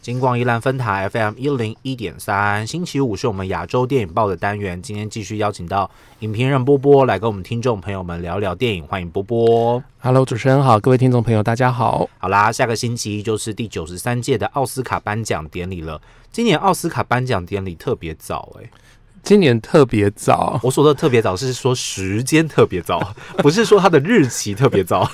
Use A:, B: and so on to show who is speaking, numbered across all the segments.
A: 金广宜兰分台 FM 一零一点三，星期五是我们亚洲电影报的单元，今天继续邀请到影评人波波来跟我们听众朋友们聊聊电影，欢迎波波。
B: Hello，主持人好，各位听众朋友大家好。
A: 好啦，下个星期一就是第九十三届的奥斯卡颁奖典礼了。今年奥斯卡颁奖典礼特别早诶、
B: 今年特别早，
A: 我说的特别早是说时间特别早， 不是说它的日期特别 早。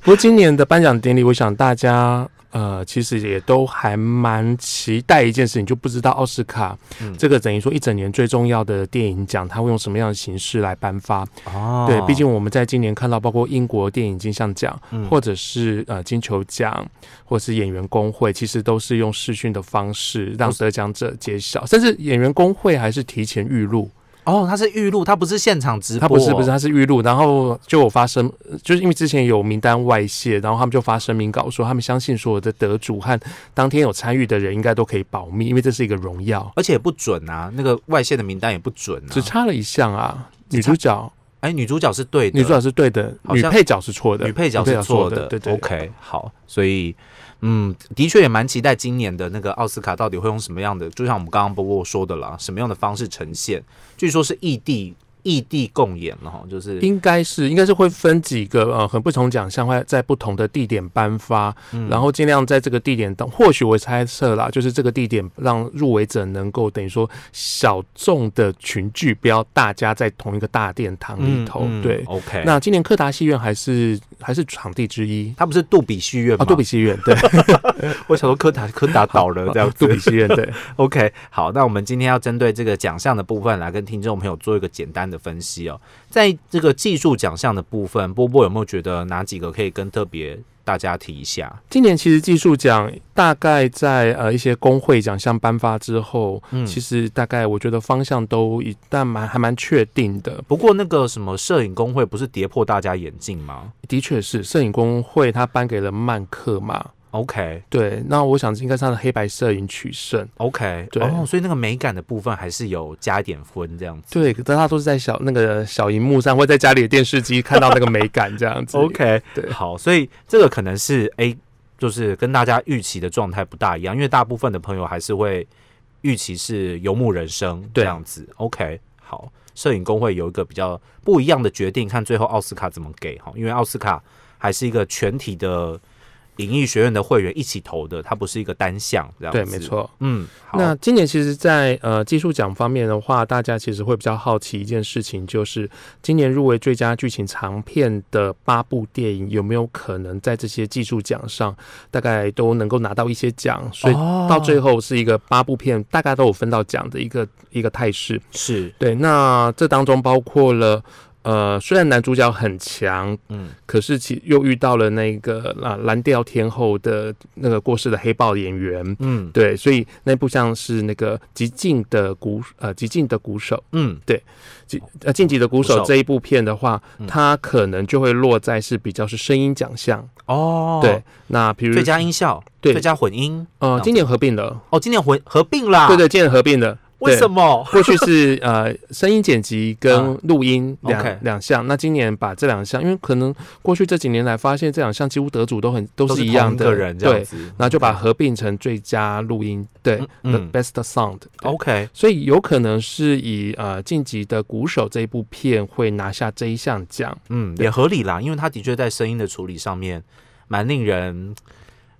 B: 不过今年的颁奖典礼，我想大家呃其实也都还蛮期待一件事情，就不知道奥斯卡、
A: 嗯
B: 这个等于说一整年最重要的电影奖，它会用什么样的形式来颁发？
A: 哦
B: 对，毕竟我们在今年看到，包括英国电影金像奖，
A: 嗯
B: 或者是呃金球奖，或是演员工会，其实都是用视讯的方式让得奖者揭晓，甚至演员工会还是提前预录。
A: 哦，它是预录，它不是现场直播，
B: 他不是不是，他是预录，然后就有发声，就是因为之前有名单外泄，然后他们就发声明稿说，他们相信所有的得主和当天有参与的人应该都可以保密，因为这是一个荣耀。
A: 而且也不准啊，那个外线的名单也不准啊
B: 只。差了一项啊，
A: 只
B: 女
A: 差
B: 主角
A: 哎，女主角是对的，
B: 女主角是对的，
A: 好
B: 女
A: 像
B: 配角是错的，
A: 女配角是错的，
B: 对对
A: OK，好，所以嗯，的确也蛮期待今年的那个奥斯卡到底会用什么样的，就像我们刚刚波波说的啦，什么样的方式呈现？据说是异地异地共演了哈，就是
B: 应该是应该是会分几个呃很不同奖项会在不同的地点颁发，然后尽量在这个地点当，或许我猜测啦，就是这个地点让入围者能够等于说小众的群聚，不要大家在同一个大殿堂里头。对，
A: 嗯，OK，
B: 那今年柯达戏院还是还是场地之一。
A: 他不是杜比戏院吗？
B: 啊，杜比，戏院对，
A: 我想说柯 达柯达倒了这样
B: 杜
A: 子
B: 比戏院对，
A: OK，好，那我们今天要针对这个奖项的部分来跟听众朋友做一个简单的分析哦。在这个技术奖项的部分，波波有没有觉得哪几个可以跟特别大家提一下？
B: 今年其实技术奖大概在呃一些工会奖项颁发之后，
A: 嗯
B: 其实大概我觉得方向都一但蛮还蛮确定的。
A: 不过那个什么摄影工会不是跌破大家眼镜吗
B: 的确是，摄影工会他颁给了曼克嘛，
A: ？OK
B: 对，那我想应该是他的黑白摄影取胜，
A: OK，
B: 对
A: 哦，所以那个美感的部分还是有加一点分这样子。
B: 对，但他都是在小那个小荧幕上，或在家里的电视机看到那个美感这样子。
A: OK，
B: 对
A: 好，所以这个可能是 A，就是跟大家预期的状态不大一样，因为大部分的朋友还是会预期是游牧人生这
B: 对
A: 样子。OK，好，摄影工会有一个比较不一样的决定，看最后奥斯卡怎么给哈，因为奥斯卡还是一个全体的影艺学院的会员一起投的，它不是一个单项这样子。
B: 对，没，错。
A: 嗯，好，
B: 那今年其实在，呃技术奖方面的话，大家其实会比较好奇一件事情，就是今年入围最佳剧情长片的八部电影，有没有可能在这些技术奖上，大概都能够拿到一些奖？所以
A: 哦
B: 到最后是一个八部片，大概都有分到奖的一个一个态势。
A: 是
B: 对，那这当中包括了，呃，虽然男主角很强，
A: 嗯
B: 可是其又遇到了那个啊蓝调天后的那个过世的黑豹演员，
A: 嗯
B: 对，所以那部像是那个极尽的鼓呃极尽的鼓手
A: 嗯
B: 极呃晋级的鼓
A: 鼓
B: 手
A: 手
B: 这一部片的话
A: 嗯，
B: 它可能就会落在是比较是声音奖项，
A: 哦，
B: 对，，那比如
A: 最佳音效，
B: 对
A: 最佳啊混音。
B: 呃今年合并了，
A: 哦，今年混合并啦，
B: 对对，今年合并了，
A: 为
B: 对
A: 什么？
B: 过去是呃声音剪辑跟
A: 嗯
B: 录音
A: OK
B: 两两项，那今年把这两项，因为可能过去这几年来发现这两项几乎得主都很都
A: 都
B: 是
A: 是
B: 一样
A: 同
B: 的
A: 一个人这样
B: 对，
A: 子，
B: 然后就把合并成最佳录音，对
A: 嗯
B: ，The
A: 嗯
B: Best Sound 对。
A: OK
B: 所以有可能是以呃晋级的鼓手这一部片会拿下这一项奖，
A: 嗯
B: 对
A: 也合理啦，因为他的确在声音的处理上面蛮令人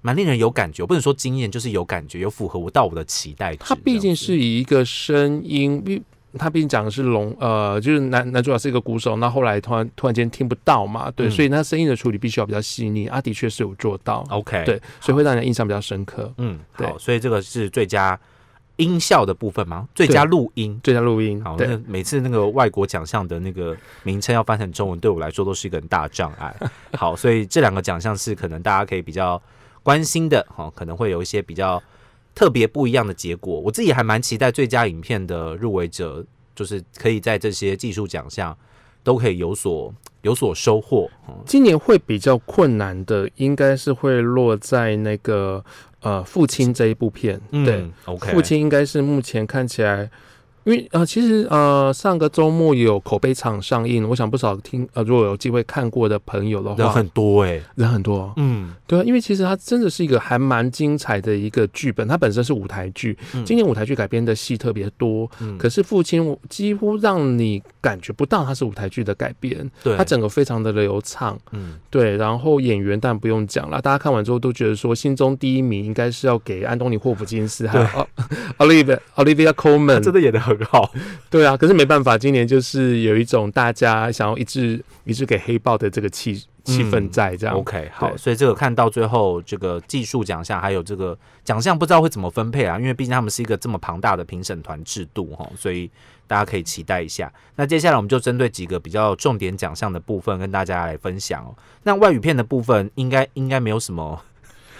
A: 蛮令人有感觉，不能说惊艳，就是有感觉，有符合我到我的期待值。
B: 它毕竟是以一个声音，因为它毕竟讲的是聋，呃，就是男男主角是一个鼓手，那后来突然突然间听不到嘛，对，
A: 嗯
B: 所以那声音的处理必须要比较细腻，啊，的确是有做到，
A: 这样子 OK
B: 对，所以会让人印象比较深刻。
A: 嗯
B: 对
A: 好，所以这个是最佳音效的部分吗？最佳录音。
B: 最佳录音
A: 好，，那
B: 对，
A: 个每次那个外国奖项的那个名称要翻成中文，对我来说都是一个很大的障碍。 好，所以这两个奖项是可能大家可以比较关心的，哈、可能会有一些比较特别不一样的结果。我自己还蛮期待最佳影片的入围者，就是可以在这些技术奖项都可以有所有所收获。嗯
B: 今年会比较困难的，应该是会落在那个呃《父亲》这一部片，对，
A: 嗯，OK，
B: 父亲》应该是目前看起来因为呃，其实呃，上个周末有口碑场上映，我想不少听呃，如果有机会看过的朋友的
A: 人
B: 话，
A: 很多哎、
B: 人很多，
A: 嗯，
B: 对啊，因为其实它真的是一个还蛮精彩的一个剧本，它本身是舞台剧，
A: 嗯
B: 今年舞台剧改编的戏特别多，
A: 嗯
B: 可是父亲几乎让你感觉不到它是舞台剧的改编，
A: 对，
B: 它整个非常的流畅，
A: 嗯
B: 对，然后演员但不用讲了，大家看完之后都觉得说心中第一名应该是要给安东尼霍普金斯还有奥 Olivia Olivia
A: 他
B: Colman，
A: 真的演的很好，
B: 对啊，可是没办法，今年就是有一种大家想要一致一致给黑豹的这个气气
A: 嗯
B: 氛在这样。
A: OK，好，
B: 对
A: 所以这个看到最后，这个技术奖项还有这个奖项不知道会怎么分配啊，因为毕竟他们是一个这么庞大的评审团制度哈，所以大家可以期待一下。那接下来我们就针对几个比较重点奖项的部分跟大家来分享哦。那外语片的部分应该应该没有什么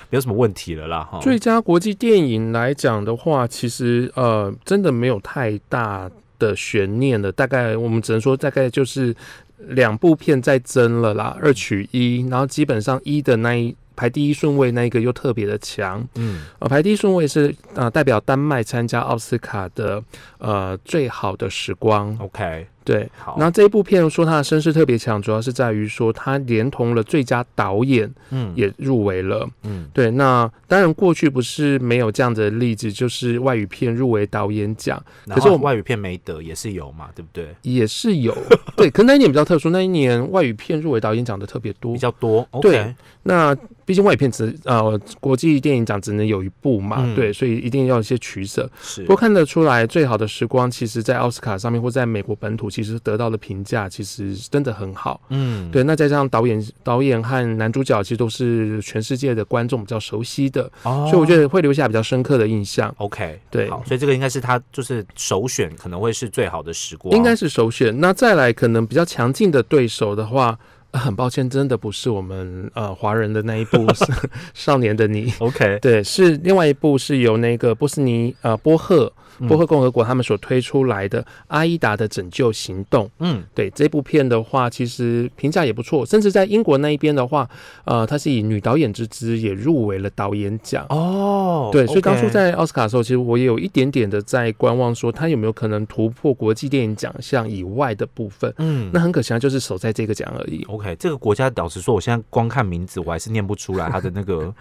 A: 没有什么问题了啦哈。
B: 最佳国际电影来讲的话，其实呃，真的没有太大的悬念了。大概我们只能说，大概就是两部片在争了啦，二取一。然后基本上一的那一排第一顺位那一个又特别的强，
A: 嗯
B: 呃，排第一顺位是呃代表丹麦参加奥斯卡的呃最好的时光，
A: ，OK，
B: 对。
A: 好，
B: 那这一部片说它的声势特别强，主要是在于说它连同了最佳导演
A: 嗯
B: 也入围了。
A: 嗯
B: 对，那当然过去不是没有这样的例子，就是外语片入围导演奖
A: 然
B: 可是
A: 后
B: 我们
A: 外语片没得也是有嘛，对不对？
B: 也是 有。对，可是那一年比较特殊，那一年外语片入围导演奖的特别多
A: 比。较多，OK，
B: 对那毕竟外语片只呃国际电影奖只能有一部嘛，
A: 嗯
B: 对，所以一定要有一些取舍。
A: 是
B: 不过看得出来，《最好的时光》其实在奥斯卡上面或在美国本土，其实得到的评价其实真的很好。
A: 嗯
B: 对，那再加上导演、导演和男主角其实都是全世界的观众比较熟悉的，
A: 哦
B: 所以我觉得会留下比较深刻的印象。
A: OK，
B: 对
A: 好，所以这个应该是他就是首选，可能会是最好的时光，
B: 应该是首选。那再来可能比较强劲的对手的话， 呃很抱歉，真的不是我们呃华人的那一部 是《少年的你》。
A: OK，
B: 对，是另外一部是由那个波斯尼呃波赫
A: 嗯
B: 波赫共和国他们所推出来的《阿依达的拯救行动》。
A: 嗯
B: 对这部片的话，其实评价也不错，甚至在英国那一边的话，呃，它是以女导演之姿也入围了导演奖。
A: 哦，
B: 对，所以
A: OK
B: 当初在奥斯卡的时候，其实我也有一点点的在观望，说它有没有可能突破国际电影奖项以外的部分。
A: 嗯
B: 那很可惜，它就是守在这个奖而已。
A: OK 这个国家，老实说，我现在光看名字我还是念不出来他的那 个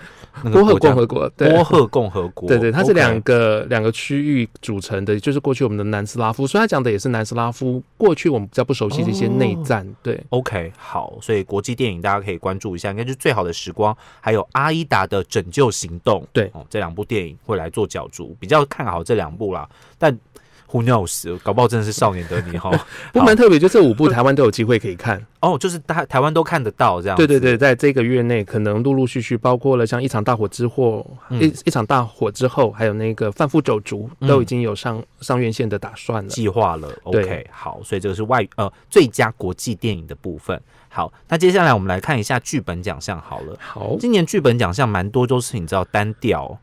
A: 那个
B: 波赫
A: 嗯国家
B: 共和国，对
A: 波赫共和国，
B: 对对，它是
A: OK
B: 两个两个区域组成的，就是过去我们的南斯拉夫，所以它讲的也是南斯拉夫过去我们比较不熟悉的一
A: 哦
B: 些内战。对，
A: OK，好，所以国际电影大家可以关注一下，应该就是《最好的时光》还有《阿依达的拯救行动》
B: 对
A: 哦，这两部电影会来做角逐，比较看好这两部啦。但 Who knows，搞不好真的是少年得你哈。
B: 不蛮特别，就这五部台湾都有机会可以看。
A: 哦，就是台台湾都看得到这样子。
B: 对对对，在这个月内可能陆陆续续包括了像一场大火之祸，
A: 嗯
B: 一一场大火之后，还有那个贩夫走卒
A: 嗯
B: 都已经有上、上院线的打算了。
A: 计划了。
B: 对
A: OK，好，所以这个是外语呃最佳国际电影的部分。好，那接下来我们来看一下剧本奖项好了。
B: 好，
A: 今年剧本奖项蛮多都是你知道单调，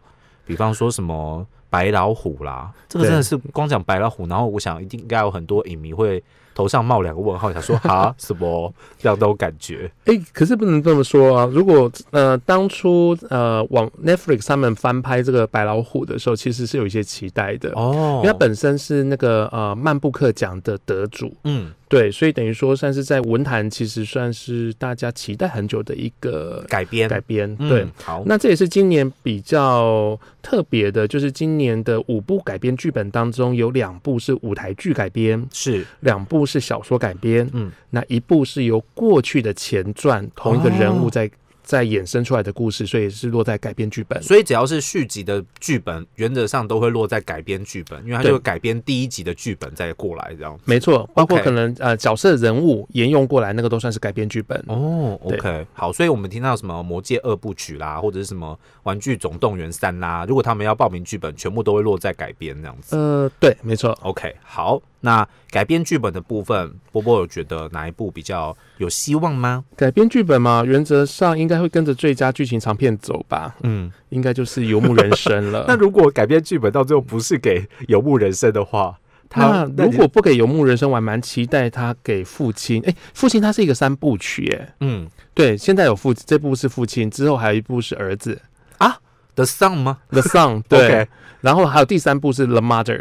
A: 比方说什么白老虎啦，这个
B: 对
A: 真的是光讲白老虎，然后我想一定应该有很多影迷会头上冒两个问号，想说哈什么这样都感觉
B: 哎、可是不能这么说啊！如果呃当初呃往 Netflix 上面翻拍这个白老虎的时候，其实是有一些期待的，
A: 哦
B: 因为它本身是那个呃曼布克奖的得主，
A: 嗯
B: 对，所以等于说算是在文坛其实算是大家期待很久的一个
A: 改编
B: 改编，
A: 嗯
B: 对。
A: 好
B: 那这也是今年比较特别的，就是今年的五部改编剧本当中，有两部是舞台剧改编，
A: 是
B: 两部是小说改编，
A: 嗯
B: 那一部是由过去的前传同一个人
A: 哦
B: 物在、在衍生出来的故事，所以是落在改编剧本。
A: 所以只要是续集的剧本，原则上都会落在改编剧本，因为它就
B: 对
A: 会改编第一集的剧本再过来这样。
B: 没错，包括
A: OK
B: 可能呃角色人物沿用过来，那个都算是改编剧本。
A: 哦
B: 对
A: ，OK，好，所以我们听到什么《魔戒二部曲》啦，或者是什么《玩具总动员三》啦，如果他们要报名剧本，全部都会落在改编这样子。
B: 呃，对，没错。
A: OK，好，那改编剧本的部分，波波有觉得哪一部比较有希望吗？
B: 改编剧本嘛，原则上应该会跟着最佳剧情长片走吧，
A: 嗯，。
B: 应该就是《游牧人生》了
A: 那如果改编剧本到最后不是给游牧人生的话，他
B: 那如果不给游牧人生，我还蛮期待他给父亲。哎、父亲他是一个三部曲，哎，
A: 嗯
B: 对，现在有父这部是父亲，之后还有一部是儿子
A: 啊，The Sun 吗？
B: 《The Song》，对
A: OK
B: 然后还有第三部是《The Mother》，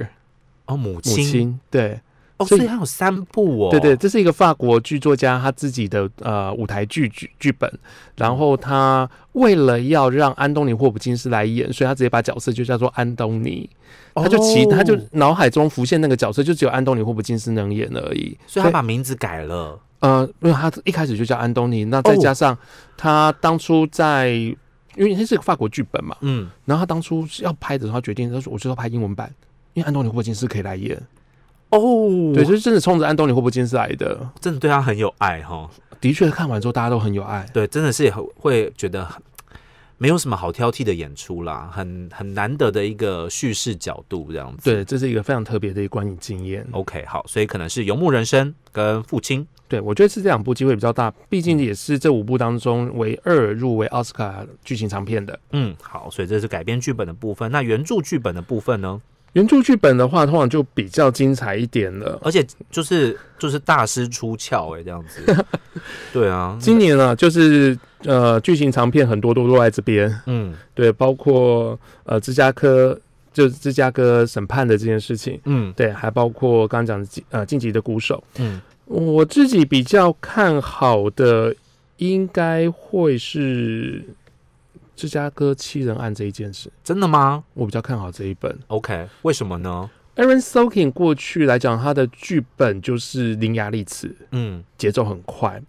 A: 哦，母
B: 母
A: 亲
B: 亲，对
A: 哦，
B: 所
A: 所
B: 以
A: 以它有三部哦，
B: 对对，，这是一个法国剧作家他自己的呃舞台剧剧剧本，然后他为了要让安东尼霍普金斯来演，所以他直接把角色就叫做安东尼，他就
A: 哦
B: 其他就脑海中浮现那个角色就只有安东尼霍普金斯能演而已，
A: 所以他把名字改了，
B: 呃，因为他一开始就叫安东尼，那再
A: 哦
B: 加上他当初在，因为这是个法国剧本嘛，
A: 嗯，
B: 然后他当初是要拍的时候，他决定他说我就要拍英文版，因为安东尼霍普金斯可以来演，
A: 哦，
B: 对，就是真的冲着安东尼霍普金斯来的。
A: 真的对他很有爱哈、哦，
B: 的确，看完之后大家都很有爱，
A: 对，真的是很会觉得很没有什么好挑剔的演出啦，很很难得的一个叙事角度这样子，
B: 对，这是一个非常特别的一个观影经验。
A: ，OK，好，所以可能是《游牧人生》跟《父亲》，
B: 对，我觉得是这两部机会比较大，毕竟也是这五部当中唯二入围奥斯卡剧情长片的。
A: 嗯，好，所以这是改编剧本的部分，那原著剧本的部分呢？
B: 原著剧本的话，通常就比较精彩一点了。
A: 而且就是就是大师出鞘哎、这样子， 对啊，
B: 今年啊，就是呃，剧情长片很多都落在这边，
A: 嗯
B: 对，包括呃芝加哥，就是芝加哥审判的这件事情，
A: 嗯
B: 对，还包括刚刚讲的晋呃晋级的鼓手。
A: 嗯，
B: 我自己比较看好的应该会是芝加哥七人案这一件事，
A: 真的吗
B: 我比较看好这一本。
A: ？OK，为什么呢？
B: Aaron Sorkin 过去来讲，他的剧本就是伶牙俐齿，
A: 嗯
B: 节奏很快。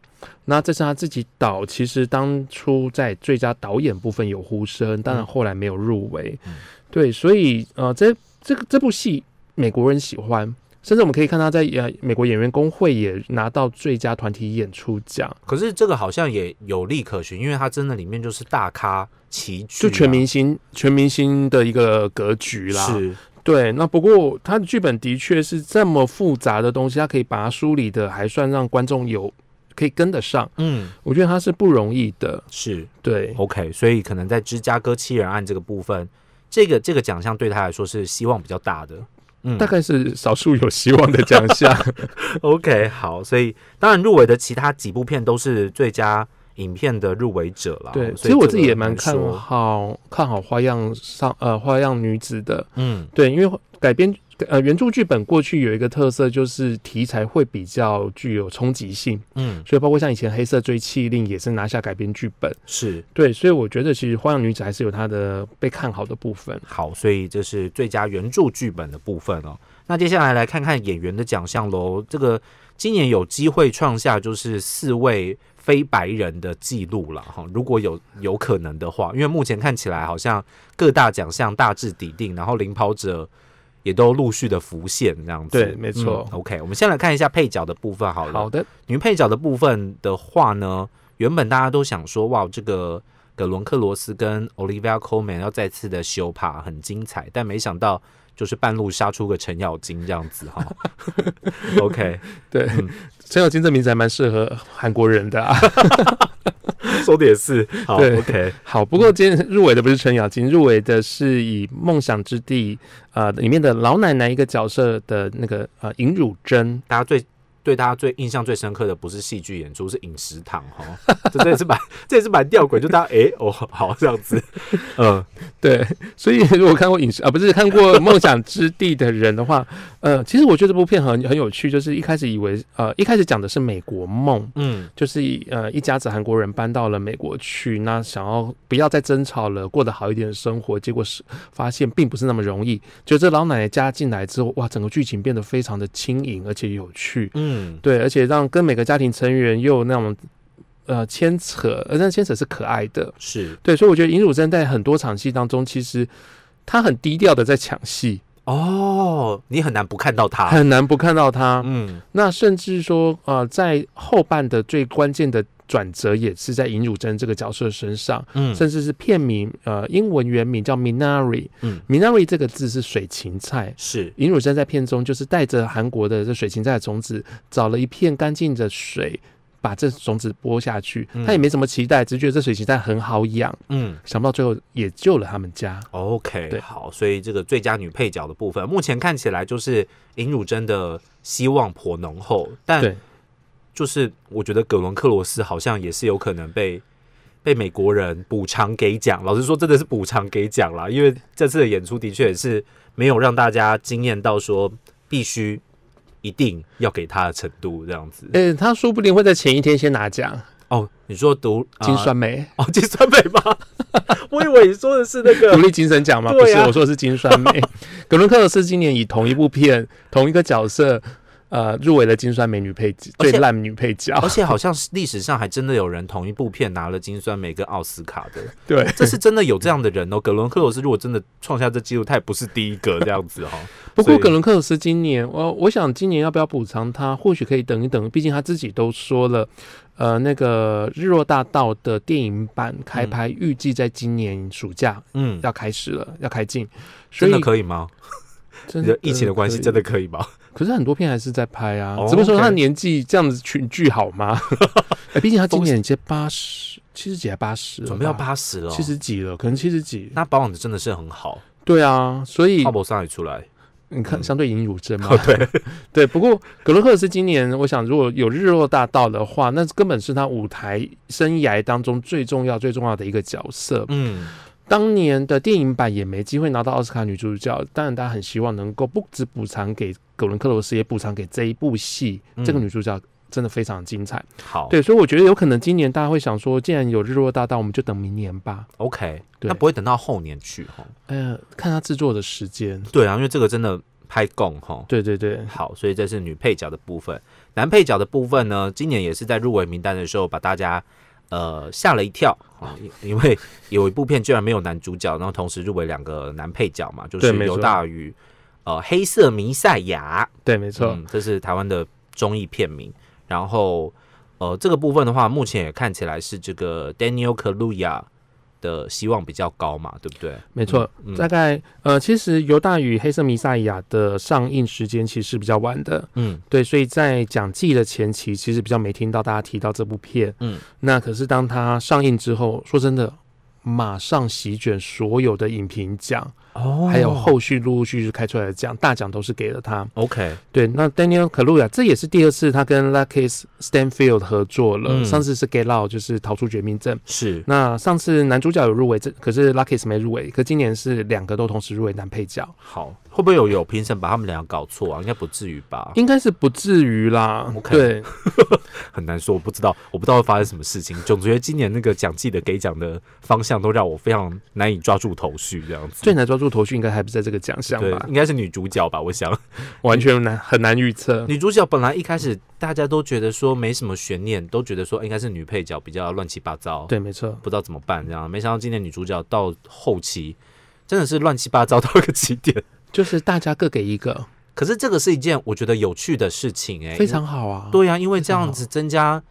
B: 那这是他自己导，其实当初在最佳导演部分有呼声，当然后来没有入围。
A: 嗯
B: 对，所以呃，这这个这部戏美国人喜欢，甚至我们可以看他在呃美国演员工会也拿到最佳团体演出奖，
A: 可是这个好像也有利可循，因为它真的里面就是大咖啊齐聚、
B: 就全明星、全明星的一个格局啦。
A: 是，
B: 对，那不过他的剧本的确是这么复杂的东西，他可以把它梳理的还算让观众有可以跟得上，
A: 嗯
B: 我觉得他是不容易的。
A: 是
B: 对，
A: OK，所以可能在芝加哥七人案这个部分，这个这个奖项对他来说是希望比较大的。嗯
B: 大概是少数有希望的奖项。
A: ，OK，好，所以当然入围的其他几部片都是最佳影片的入围者啦。
B: 对，其
A: 所以
B: 实我
A: 这
B: 自己
A: 个
B: 也
A: 很
B: 蛮
A: 难
B: 看
A: 说
B: 好看好花样上呃花样女子的。
A: 嗯
B: 对，因为改编呃原著剧本过去有一个特色，就是题材会比较具有冲击性，
A: 嗯
B: 所以包括像以前《黑色追气令》也是拿下改编剧本。
A: 是
B: 对，所以我觉得其实花样女子还是有它的被看好的部分。
A: 好，所以这是最佳原著剧本的部分哦。那接下来来看看演员的奖项喽。这个今年有机会创下就是四位非白人的记录了哈，如果有有可能的话，因为目前看起来好像各大奖项大致底定，然后领跑者也都陆续的浮现这样子。
B: 对没错
A: 嗯 OK，我们先来看一下配角的部分好了。
B: 好的，
A: 女配角的部分的话呢，原本大家都想说，哇，这个葛伦克罗斯跟 Olivia Colman 要再次的修爬，很精彩，但没想到就是半路杀出个程咬金这样子 哈。OK，
B: 对，
A: 嗯
B: 陈小金这名字还蛮适合韩国人的啊。
A: 说的也是，好
B: 对
A: ，OK，
B: 好，不过今天入围的不是陈雅金，入围的是以《梦想之地》呃里面的老奶奶一个角色的那个呃尹汝贞，
A: 大家最。对大家最印象最深刻的不是戏剧演出，是饮食堂哈， 这这也是蛮这也是蛮吊诡，就大家诶哦好这样子， 嗯
B: 对，所以如果看过影视啊、不是看过《梦想之地》的人的话，呃，其实我觉得这部片很很有趣，就是一开始以为呃一开始讲的是美国梦。
A: 嗯
B: 就是以呃一家子韩国人搬到了美国去，那想要不要再争吵了，过得好一点的生活，结果是发现并不是那么容易。就这老奶奶家进来之后，哇，整个剧情变得非常的轻盈而且有趣，
A: 嗯
B: 对，而且让跟每个家庭成员又有那种呃牵扯，而那牵扯是可爱的，
A: 是
B: 对，所以我觉得尹汝贞在很多场戏当中，其实她很低调的在抢戏，
A: 哦，你很难不看到他，
B: 很难不看到她。
A: 嗯
B: 那甚至说，呃，在后半的最关键的转折，也是在尹汝贞这个角色身上，
A: 嗯
B: 甚至是片名，呃，英文原名叫 Minari，
A: 嗯
B: Minari 这个字是水芹菜。
A: 是
B: 尹汝贞在片中就是带着韩国的这水芹菜的种子，找了一片干净的水，把这种子播下去。
A: 嗯
B: 他也没什么期待，只觉得这水芹菜很好养，
A: 嗯。
B: 想不到最后也救了他们家。
A: OK，
B: 对
A: 好，所以这个最佳女配角的部分，目前看起来就是尹汝贞的希望颇浓厚，但
B: 对
A: 就是我觉得葛伦克罗斯好像也是有可能被被美国人补偿给奖。老实说，真的是补偿给奖啦，因为这次的演出的确也是没有让大家惊艳到说必须一定要给他的程度这样子。
B: 呃、他说不定会在前一天先拿奖，
A: 哦，你说读、呃
B: 金酸梅。
A: 哦，金酸梅吗？ 我以为你说的是那
B: 独
A: 个
B: 立精神奖嘛，
A: 对
B: 不是
A: 啊
B: 我说的是金酸 梅。格伦克罗斯今年以同一部片、同一个角色，呃，入围了金酸梅女配角
A: 而且
B: 最烂女配角。
A: 而且好像是历史上还真的有人同一部片拿了金酸梅跟奥斯卡 的，
B: 对，
A: 这是真的有这样的人哦。葛伦克罗斯如果真的创下这纪录，他也不是第一个这样子哦。
B: 不
A: 所
B: 过
A: 以
B: 格伦克鲁斯今年，我我想今年要不要补偿他，或许可以等一等，毕竟他自己都说了，呃，那个《日落大道》的电影版开拍预计在今年暑假
A: 嗯，
B: 要开始了，要开镜，
A: 真
B: 所以
A: 的可以吗？
B: 真
A: 疫情的关系，
B: 可以
A: 真的可以吗？
B: 可是很多片还是在拍啊，
A: 哦
B: 只不过说他
A: OK
B: 年纪这样子群聚好 吗？哎、毕竟他今年已经八十七十几还八 十，
A: 准备要八十了哦、
B: 七十几了，可能七十几。
A: 那保养的真的是很好，
B: 对啊，所以
A: 鲍勃上也出来，
B: 你看，
A: 嗯
B: 相对隐乳症嘛，
A: 哦对
B: 啊 对。不过格洛克斯今年，我想如果有日落大道的话，那根本是他舞台生涯当中最重要、最重要的一个角色。
A: 嗯，
B: 当年的电影版也没机会拿到奥斯卡女主角，当然大家很希望能够不止补偿给葛伦克罗斯，也补偿给这一部戏、
A: 嗯
B: 这个女主角。真的非常精彩，
A: 好，
B: 对，所以我觉得有可能今年大家会想说，既然有日落大道，我们就等明年吧。
A: ，OK，
B: 对
A: 那不会等到后年去哈？
B: 呃，看他制作的时间。
A: 对啊，因为这个真的拍供哦哈。
B: 对对对，
A: 好，所以这是女配角的部分。男配角的部分呢，今年也是在入围名单的时候把大家呃吓了一跳啊，因因 为有一部片居然没有男主角，然后同时入围两个男配角嘛，就是
B: 对没错
A: 刘大宇呃《黑色弥赛亚》
B: 对，没错。
A: 嗯，这是台湾的综艺片名。然后呃，这个部分的话，目前也看起来是这个 Daniel Kaluuya 的希望比较高嘛，对不对？
B: 没错，
A: 嗯嗯
B: 大概呃，其实《犹大与黑色弥赛亚》的上映时间其实是比较晚的，
A: 嗯，
B: 对，所以在讲季的前期，其实比较没听到大家提到这部片，
A: 嗯，
B: 那可是当它上映之后，说真的，马上席卷所有的影评奖，
A: 哦
B: 还有后续陆陆续续开出来的奖，大奖都是给了他。
A: OK，
B: 对，那 Daniel Kaluuya 这也是第二次他跟 Lucas Stanfield 合作了，
A: 嗯
B: 上次是《Get Out》，就是逃出绝命镇，
A: 是
B: 那上次男主角有入围，这可是 Lucky's 没入围，可今年是两个都同时入围男配角，
A: 好，会不会有有评审把他们两个搞错啊？应该不至于吧？
B: 应该是不至于啦。
A: OK
B: 对，
A: 很难说，我不知道，我不知道会发生什么事情。总觉得今年那个奖季的给奖的方向都让我非常难以抓住头绪，这样子。
B: 最难抓住头绪应该还不在这个奖项
A: 对
B: 吧，，
A: 应该是女主角吧？我 想，
B: 完全难很难预测。
A: 女主角本来一开始大家都觉得说没什么悬念，都觉得说应该是女配角比较乱七八糟，
B: 对，没错，
A: 不知道怎么办这样。没想到今年女主角到后期真的是乱七八糟到一个极点。
B: 就是大家各给一个，
A: 可是这个是一件我觉得有趣的事情、哎，
B: 非常好啊。
A: 对呀、因为这
B: 常
A: 样
B: 好
A: 子增加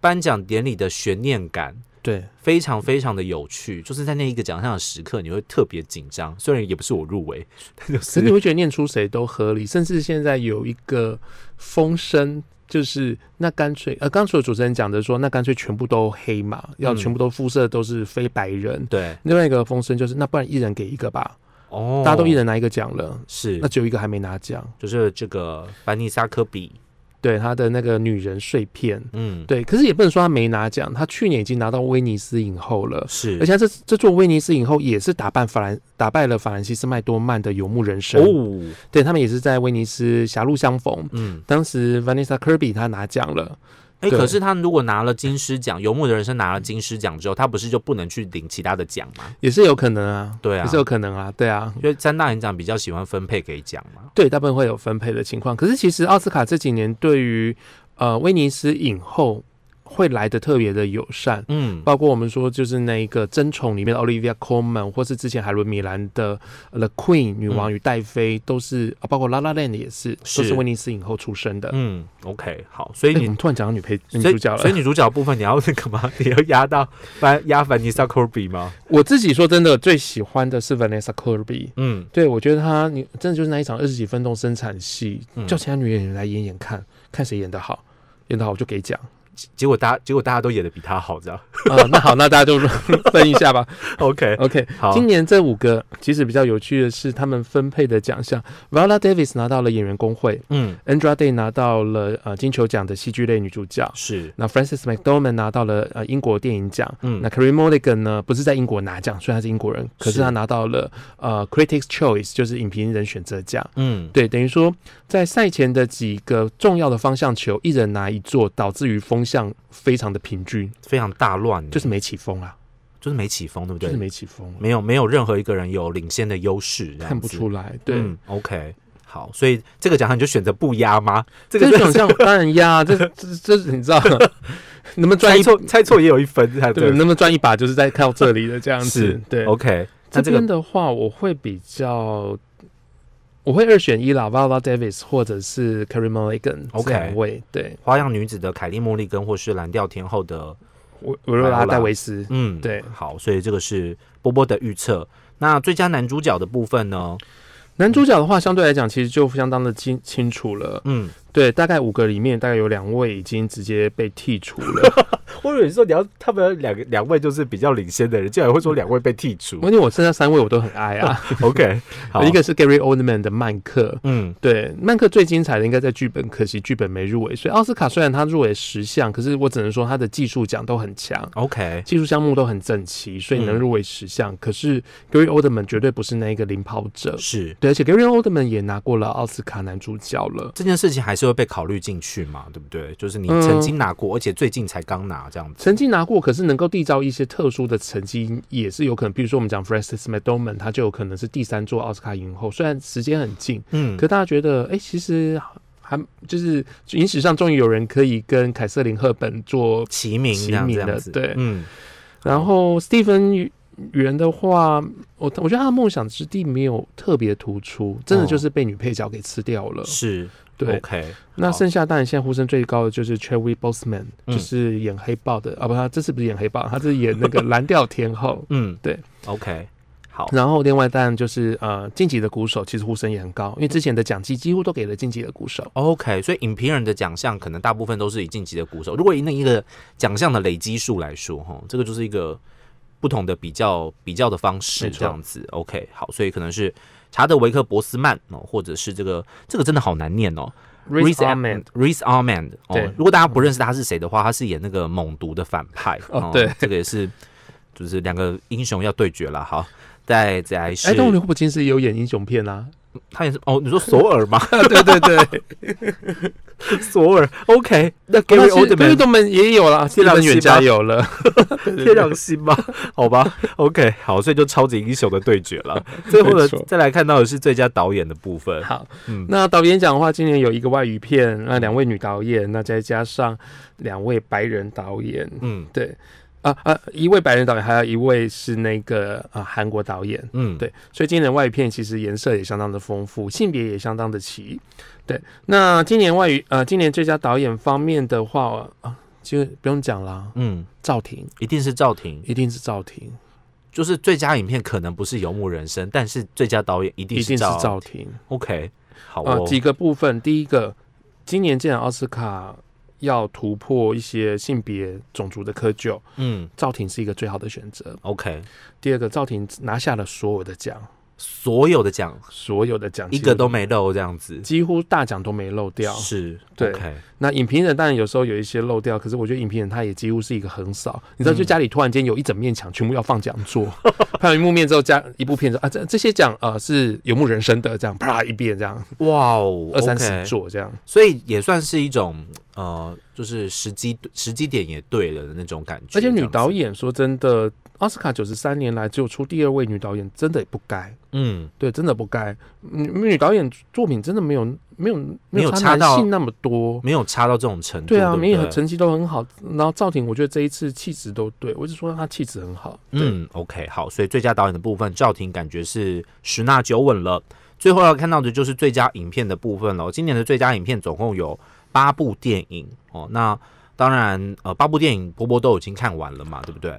A: 颁奖典礼的悬念感，
B: 对
A: 非常非常的有趣。就是在那一个奖项的时刻，你会特别紧张。虽然也不是我入围，但就
B: 可是你
A: 是
B: 会觉得念出谁都合理，甚至现在有一个风声。就是那干脆呃，刚才有主持人讲的说，那干脆全部都黑嘛，要
A: 嗯
B: 全部都肤色都是非白人。
A: 对
B: 另外一个风声就是，那不然一人给一个吧，
A: 哦，
B: 大家都一人拿一个奖了，
A: 是
B: 那，只有一个还没拿奖，
A: 就是这个班尼莎科比，
B: 对他的那个女人碎片，
A: 嗯，
B: 对，可是也不能说他没拿奖，他去年已经拿到威尼斯影后了，
A: 是，
B: 而且他这这座威尼斯影后也是打败法兰打败了法兰西斯麦多曼的《游牧人生》
A: 哦，
B: 对他们也是在威尼斯狭路相逢，
A: 嗯，
B: 当时 Vanessa Kirby 她拿奖了，
A: 哎、
B: 对
A: 可是他如果拿了金狮奖，《游牧的人生》拿了金狮奖之后，他不是就不能去领其他的奖吗？
B: 也是有可能啊，
A: 对啊
B: 也是有可能啊，对啊。
A: 因为三大银奖比较喜欢分配给奖嘛。
B: 对，大部分会有分配的情况。可是其实奥斯卡这几年对于呃威尼斯影后会来的特别的友善，
A: 嗯，
B: 包括我们说就是那一个《争宠》里面的 Olivia Colman，或是之前海伦米兰的呃《The
A: 嗯
B: Queen》女王与戴妃，都是啊包括 La La Land 也是，
A: 是
B: 都是威尼斯影后出身的。
A: 嗯，OK，好，所以
B: 哎
A: 你
B: 我们突然讲到女配女
A: 所以
B: 主角
A: 所以
B: 了。
A: 女主角的部分你要那个吗？ 你要压到翻压凡妮莎科比吗？
B: 我自己说真的，最喜欢的是 Vanessa Kirby。
A: 嗯，
B: 对，我觉得她你真的就是那一场二十几分钟生产戏
A: 嗯，
B: 叫其他女演员来演演看看谁演得好，演得好我就给奖，
A: 结果大家结果大家都演的比他好，这样。
B: 啊、那好，那大家就 分一下吧。
A: OK，
B: OK，
A: 好
B: 今年这五个其实比较有趣的是，他们分配的奖项，Viola Davis 拿到了演员工会
A: 嗯，
B: ，Andrade 拿到了呃金球奖的戏剧类女主角，
A: 是，
B: 那 Frances McDormand 拿到了呃英国电影奖。
A: 嗯
B: 那 Kerry Mulligan 呢？不是在英国拿奖，虽然他是英国人，可
A: 是
B: 是他拿到了呃 Critics Choice，就是影评人选择奖。
A: 嗯，
B: 对，等于说在赛前的几个重要的方向球，一人拿一座，导致于风向非常的平均，
A: 非常大乱，
B: 就
A: 就是
B: 是没起风啊，
A: 就是没起嗯风，对不
B: 就
A: 对？
B: 是没起风啊，
A: 没有没有任何一个人有领先的优势，这样
B: 看不
A: 子。
B: 出来。对，
A: 嗯、，OK，好，所以这个奖项你就选择不压吗？这个
B: 这
A: 真的
B: 种
A: 是
B: 像当然压，这这这你知道， 能不能赚
A: 猜
B: 一
A: 错猜错也有一分，对
B: 对，能不能赚一把，就是在靠这里的这样
A: 是
B: 子。对，
A: OK，那
B: 这
A: 这个
B: 边的话，我会比较，我会二选一啦，Viola Davis 或者是 Carrie Mulligan
A: OK
B: 这两位。对，
A: 花样女子的凯莉莫莉根或是蓝调天后的，
B: 我我若拉
A: Viola
B: 戴维斯，
A: 嗯，
B: 对
A: 好，所以这个是波波的预测。那最佳男主角的部分呢？
B: 男主角的话，相对来讲其实就相当的清清楚了。
A: 嗯，
B: 对，大概五个里面，大概有两位已经直接被剔除了。
A: 我以为说你要他们两个两位就是比较领先的人，竟然会说两位被剔除
B: 因为我剩下三位我都很爱啊，
A: OK，好，
B: 一个是 Gary Oldman 的曼克，
A: 嗯
B: 对，曼克最精彩的应该在剧本，可惜剧本没入围。所以奥斯卡虽然他入围十项，可是我只能说他的技术奖都很强，
A: ，OK，
B: 技术项目都很整齐，所以能入围十项。可是 Gary Oldman 绝对不是那一个领跑者，
A: 是
B: 对，而且 Gary Oldman 也拿过了奥斯卡男主角了。
A: 这件事情还是会被考虑进去嘛，对不对？就是你
B: 嗯
A: 曾经拿过，而且最近才刚拿这样子。
B: 曾经拿过，可是能够缔造一些特殊的成绩也是有可能。比如说我们讲 Frances McDormand，她就有可能是第三座奥斯卡影后，虽然时间很近，
A: 嗯
B: 可大家觉得，哎、其实还就是影史上终于有人可以跟凯瑟琳·赫本做。
A: 齐名这样
B: 齐
A: 子，这
B: 名的
A: 样子，
B: 对
A: 嗯，
B: 然
A: 哦
B: 后 Stephen 元的话，我我觉得他的梦想之地没有特别突出，真的
A: 哦
B: 就是被女配角给吃掉了。
A: 是
B: 对，
A: 哦 OK，
B: 那
A: 好
B: 剩下当然现在呼声最高的就是 Cherry Boseman，、
A: 嗯
B: 就是演黑豹的啊，不，他这次不是演黑豹，他是演那个蓝调 天后。
A: 嗯，
B: 对
A: ，OK，好，
B: 然后另外当然就是呃，晋级的鼓手其实呼声也很高，因为之前的奖季几乎都给了晋级的鼓手。
A: OK，所以影评人的奖项可能大部分都是以晋级的鼓手。如果以那一个奖项的累积数来说，哈，这个就是一个不同的比较比较的方式，
B: 没错
A: 这样子。OK，好，所以可能是查德维克博斯曼哦，或者是这个这个真的好难念哦
B: Riz Ahmed
A: r i z Ahmed 哦
B: 对，
A: 如果大家不认识他是谁的话，他是演那个猛毒的反派
B: 哦对，
A: 这个也是就是两个英雄要对决了。好，再再来是
B: 哎，，动物霍普金斯也有演英雄片啊，
A: 他也是哦，你说索尔吗？
B: 对对 对，
A: 索尔，OK，那 Gary
B: 但是
A: Oldman
B: 对动们也有啦，
A: 天
B: 天
A: 狼
B: 狼
A: 星
B: 远
A: 吧
B: 家有 了，
A: 天狼星吧， 好吧，OK，好，所以就超级英雄的对决 了。最后呢
B: 没错，
A: 再来看到的是最佳导演的部分，
B: 好，
A: 嗯
B: 那导演奖的话，今年有一个外语片，那两位女导演，那再加上两位白人导演，
A: 嗯
B: 对，啊啊，一位白人导演，还有一位是那个啊韩国导演，
A: 嗯，
B: 对，所以今年的外语片其实颜色也相当的丰富，性别也相当的齐。对，那今年外语呃，今年最佳导演方面的话啊，其实不用讲啦，
A: 嗯，
B: 赵婷
A: 一定是赵婷，
B: 一定是赵婷，
A: 就是最佳影片可能不是《游牧人生》，但是最佳导演一定
B: 一
A: 是
B: 定是
A: 赵
B: 赵婷。
A: OK，好
B: 啊，
A: 哦，
B: 几个部分，第一个，今年既然奥斯卡要突破一些性别、种族的窠臼，
A: 嗯
B: 赵婷是一个最好的选择。
A: ，OK，
B: 第二个，赵婷拿下了所有的奖，
A: 所有的奖
B: 所有的奖
A: 一个都没漏，这样子，
B: 几乎大奖都没漏掉。
A: 是
B: 对
A: OK，
B: 那影评人当然有时候有一些漏掉，可是我觉得影评人他也几乎是一个横扫。你知道，就家里突然间有一整面墙，全部要放讲座， 拍完一幕面之后，加一部片子啊，这这些奖呃是游牧人生的，这样啪一遍这样，
A: 哇哦，
B: 二三十
A: OK
B: 座这样。
A: 所以也算是一种呃，就是时机时机点也对了的那种感觉。
B: 而且
A: 这
B: 女
A: 样子
B: 导，演说真的，奥斯卡九十三年来只有出第二位女导演，真的也不该，
A: 嗯，
B: 对，真的不该。女女导演作品真的没有没有
A: 没有差
B: 差
A: 到
B: 男性那么多，
A: 没有差到这种程度，
B: 对啊，
A: 不
B: 没有成绩都很好。然后赵婷，我觉得这一次气质都对，我一直说她气质很好。对，
A: 嗯，OK，好，所以最佳导演的部分，赵婷感觉是十拿九稳了。最后要看到的就是最佳影片的部分了。今年的最佳影片总共有八部电影哦。那当然，呃，八部电影波波都已经看完了嘛，对不 对？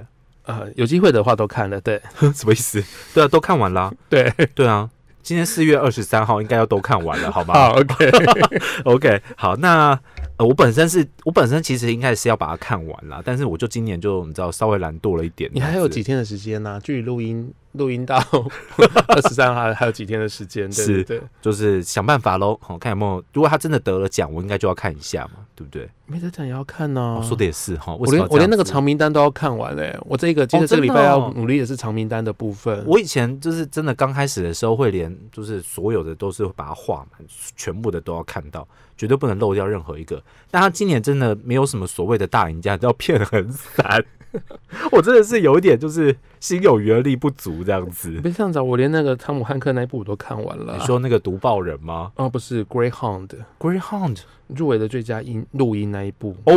B: 呃，有机会的话都看了，对
A: 什么意思？对啊，都看完啦。
B: 对，
A: 对啊， 今天四月二十三号应该要都看完了，好吗？
B: 好，OK，
A: OK，好，那呃，我本身是我本身其实应该是要把它看完啦，但是我就今年就你知道稍微懒惰了一点。
B: 你还有几天的时间呢、啊距离录 音录音到二十三还还有几天的时间，对
A: 是
B: 对对，
A: 就是想办法喽，好看有没有。如果他真的得了奖，我应该就要看一下嘛，对不对？
B: 没得奖也要看呢、
A: 哦、说的也是哈，为
B: 我
A: 什么
B: 连
A: 要这
B: 我连
A: 样
B: 那个
A: 子
B: 长名单都要看完嘞、我这个接
A: 哦
B: 着这个礼
A: 真
B: 拜
A: 的
B: 要
A: 哦
B: 努力的是长名单的部分。
A: 我以前就是真的刚开始的时候，会连就是所有的都是会把它画满，全部的都要看到，绝对不能漏掉任何一个。但他今年真的没有什么所谓的大赢家，都要骗得很散。 我真的是有一点就是心有余而力不足这样 子。
B: 别这样子、啊，我连那个汤姆汉克那一部我都看完了。
A: 你说那个读报人吗
B: 哦，不是《Greyhound》
A: ？Greyhound
B: 入围的最佳音录音那一部，
A: 哦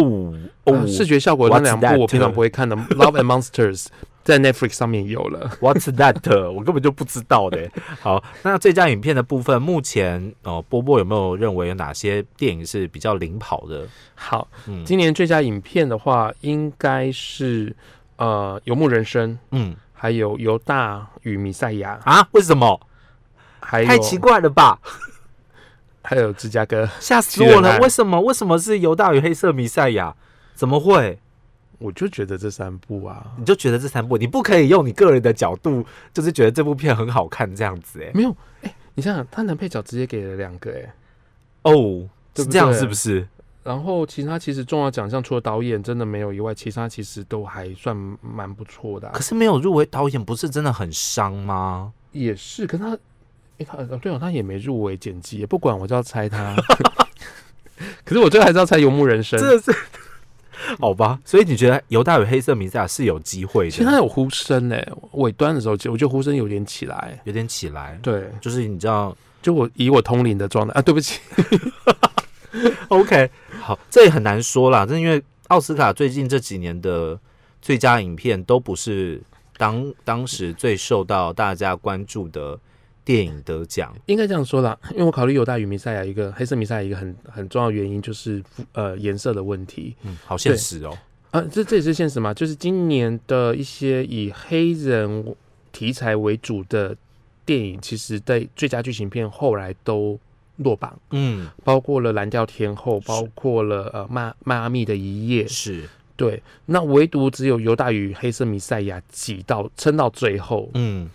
B: 呃
A: 哦，
B: 视觉效果那
A: What's
B: 两部
A: that？
B: 我平常不会 看的，《Love and Monsters》在 Netflix 上面有了。
A: What's that？我根 本就不知道的。好，那最佳影片的部分，目前哦，波波有没有认为有哪些电影是比较领跑的？
B: 好，
A: 嗯
B: 今年最佳影片的话，应该是呃《游牧人生》，
A: 嗯
B: 还有《犹大与弥赛亚
A: 啊，为什么？》，
B: 还有
A: 太奇怪了吧！
B: 还有《芝加哥》，
A: 吓死我
B: 七人
A: 了！
B: 案
A: 为什么？为什么是犹大与黑色弥赛亚？怎么会？
B: 我就觉得这三部啊，
A: 你就觉得这三部，你不可以用你个人的角度，就是觉得这部片很好看这样子、欸？
B: 没有哎、你想想，他男配角直接给了两个哎、
A: 哦，
B: 对
A: 是
B: 不
A: 这样
B: 对
A: 是不是？
B: 然后其他其实重要奖项除了导演真的没有以外，其他其实都还算蛮不错的啊、
A: 可是没有入围导演，不是真的很伤吗？
B: 也是，可是他，诶他哦对哦，他也没入围剪辑，也不管，我就要猜他。 可是我最后还是要猜《游牧人生
A: 真》，的是， 好吧。所以你觉得犹大与黑色弥赛亚是有机会
B: 其实他
A: 的，
B: 有呼声哎，尾端的时候，其实我觉得呼声有点起来。
A: 有点起来。
B: 对，
A: 就是你知道
B: 就我以我通灵的状态啊，对不起，
A: ，OK，好，这也很难说啦。这因为奥斯卡最近这几年的最佳影片都不是当当时最受到大家关注的电影得奖。
B: 应该这样说啦，因为我考虑犹大与弥赛亚一个黑色弥赛亚一个很很重要的原因就是呃颜色的问题。
A: 嗯，好现实哦。
B: 啊，这这也是现实嘛，就是今年的一些以黑人题材为主的电影，其实在最佳剧情片后来都落榜，
A: 嗯，
B: 包括了《蓝调天后》，包括了呃《迈迈阿密的一夜》。
A: 是，
B: 对，那唯独只有《犹大与黑色弥赛亚》挤到撑到最后，
A: 嗯，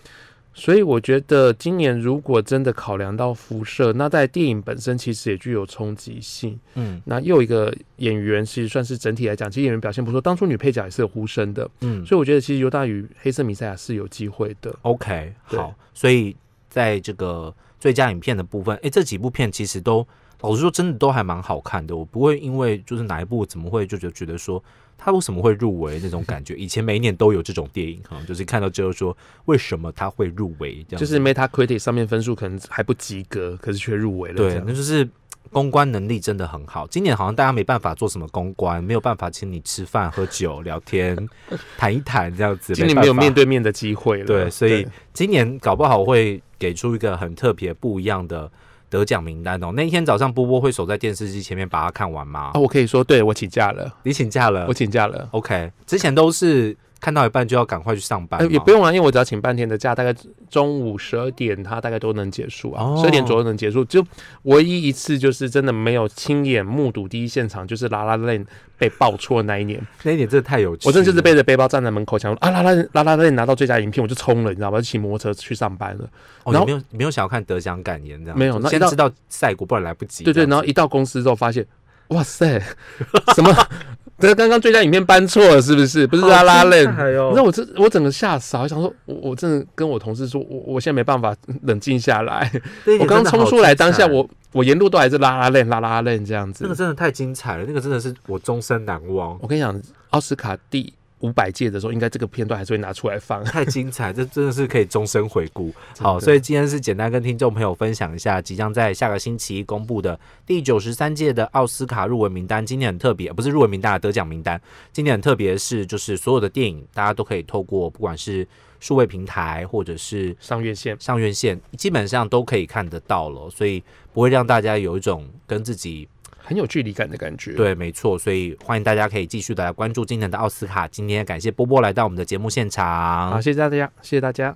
B: 所以我觉得今年如果真的考量到辐射，那在电影本身其实也具有冲击性。
A: 嗯，
B: 那又一个演员其实算是整体来讲，其实演员表现不错，当初女配角也是有呼声的。
A: 嗯
B: 所以我觉得其实犹大与黑色弥赛亚是有机会的。
A: ，OK，
B: 对
A: 好。所以在这个最佳影片的部分，诶，这几部片其实都，老实说，真的都还蛮好看的。我不会因为就是哪一部怎么会就觉觉得说他为什么会入围那种感觉。以前每一年都有这种电影，哈，就是看到之后说为什么他会入围这样子，
B: 就是 Metacritic 上面分数可能还不及格，可是却入围了。这
A: 对，
B: 样
A: 那就是公关能力真的很好。今年好像大家没办法做什么公关，没有办法请你吃饭、喝酒、聊 天、谈一谈这样子。
B: 今年没有
A: 办法
B: 面对面的机会了。
A: 对，所以今年搞不好会给出一个很特别不一样的得奖名单哦。那一天早上，波波会守在电视机前面把它看完吗？
B: 啊，我可以说，对我请假了，
A: 你请假了
B: 我请假了。
A: ，OK？之前都是看到一半就要赶快去上班
B: 呃
A: 吗，
B: 也不用了，因为我只要请半天的假，大概中午十二点，它大概都能结束啊
A: 哦，
B: 十二、点左右能结束。就唯一一次就是真的没有亲眼目睹第一现场，就是拉拉链被爆错那一 年，
A: 那一点真的太有趣了，
B: 我真的就是背着背包站在门口想说啊拉拉拉拉链拿到最佳影片，我就冲了，你知道吗？就骑摩托车去上班了。
A: 哦，你
B: 然后
A: 没有你没有想要看得奖感言这样，
B: 没有那
A: 先
B: 一到
A: 知道赛果，不然来不及。
B: 对对，
A: 这
B: 然
A: 样
B: 后
A: 子
B: 一到公司之后发现，哇塞，什么？这刚刚最佳影片搬错了是不是？不是拉拉链。
A: 好精彩哦
B: 你知道我这我整个吓傻，我想说，我我真的跟我同事说，我我现在没办法冷静下来。
A: 那一
B: 我
A: 点
B: 刚
A: 真的
B: 冲
A: 好
B: 出来
A: 精
B: 当下，
A: 彩
B: 我我沿路都还是拉拉链拉拉链这样
A: 那个
B: 子。
A: 真的太精彩了，那个真的是我终身难忘。
B: 我跟你讲，奥斯卡第五百届的时候，应该这个片段还是会拿出来放。
A: 太精彩，这真的是可以终身回顾。
B: 真的
A: 好，所以今天是简单跟听众朋友分享一下即将在下个星期一公布的第九十三届的奥斯卡入围名单。今天很特别，不是入围名单啊，得奖名单。今天很特别是，就是所有的电影大家都可以透过不管是数位平台或者是
B: 上院线，
A: 上院线，基本上都可以看得到了，所以不会让大家有一种跟自己
B: 很有距离感的感觉。，
A: 对，没错，所以欢迎大家可以继续的来关注今年的奥斯卡。今天感谢波波来到我们的节目现场，
B: 好，谢谢大家，谢谢大家。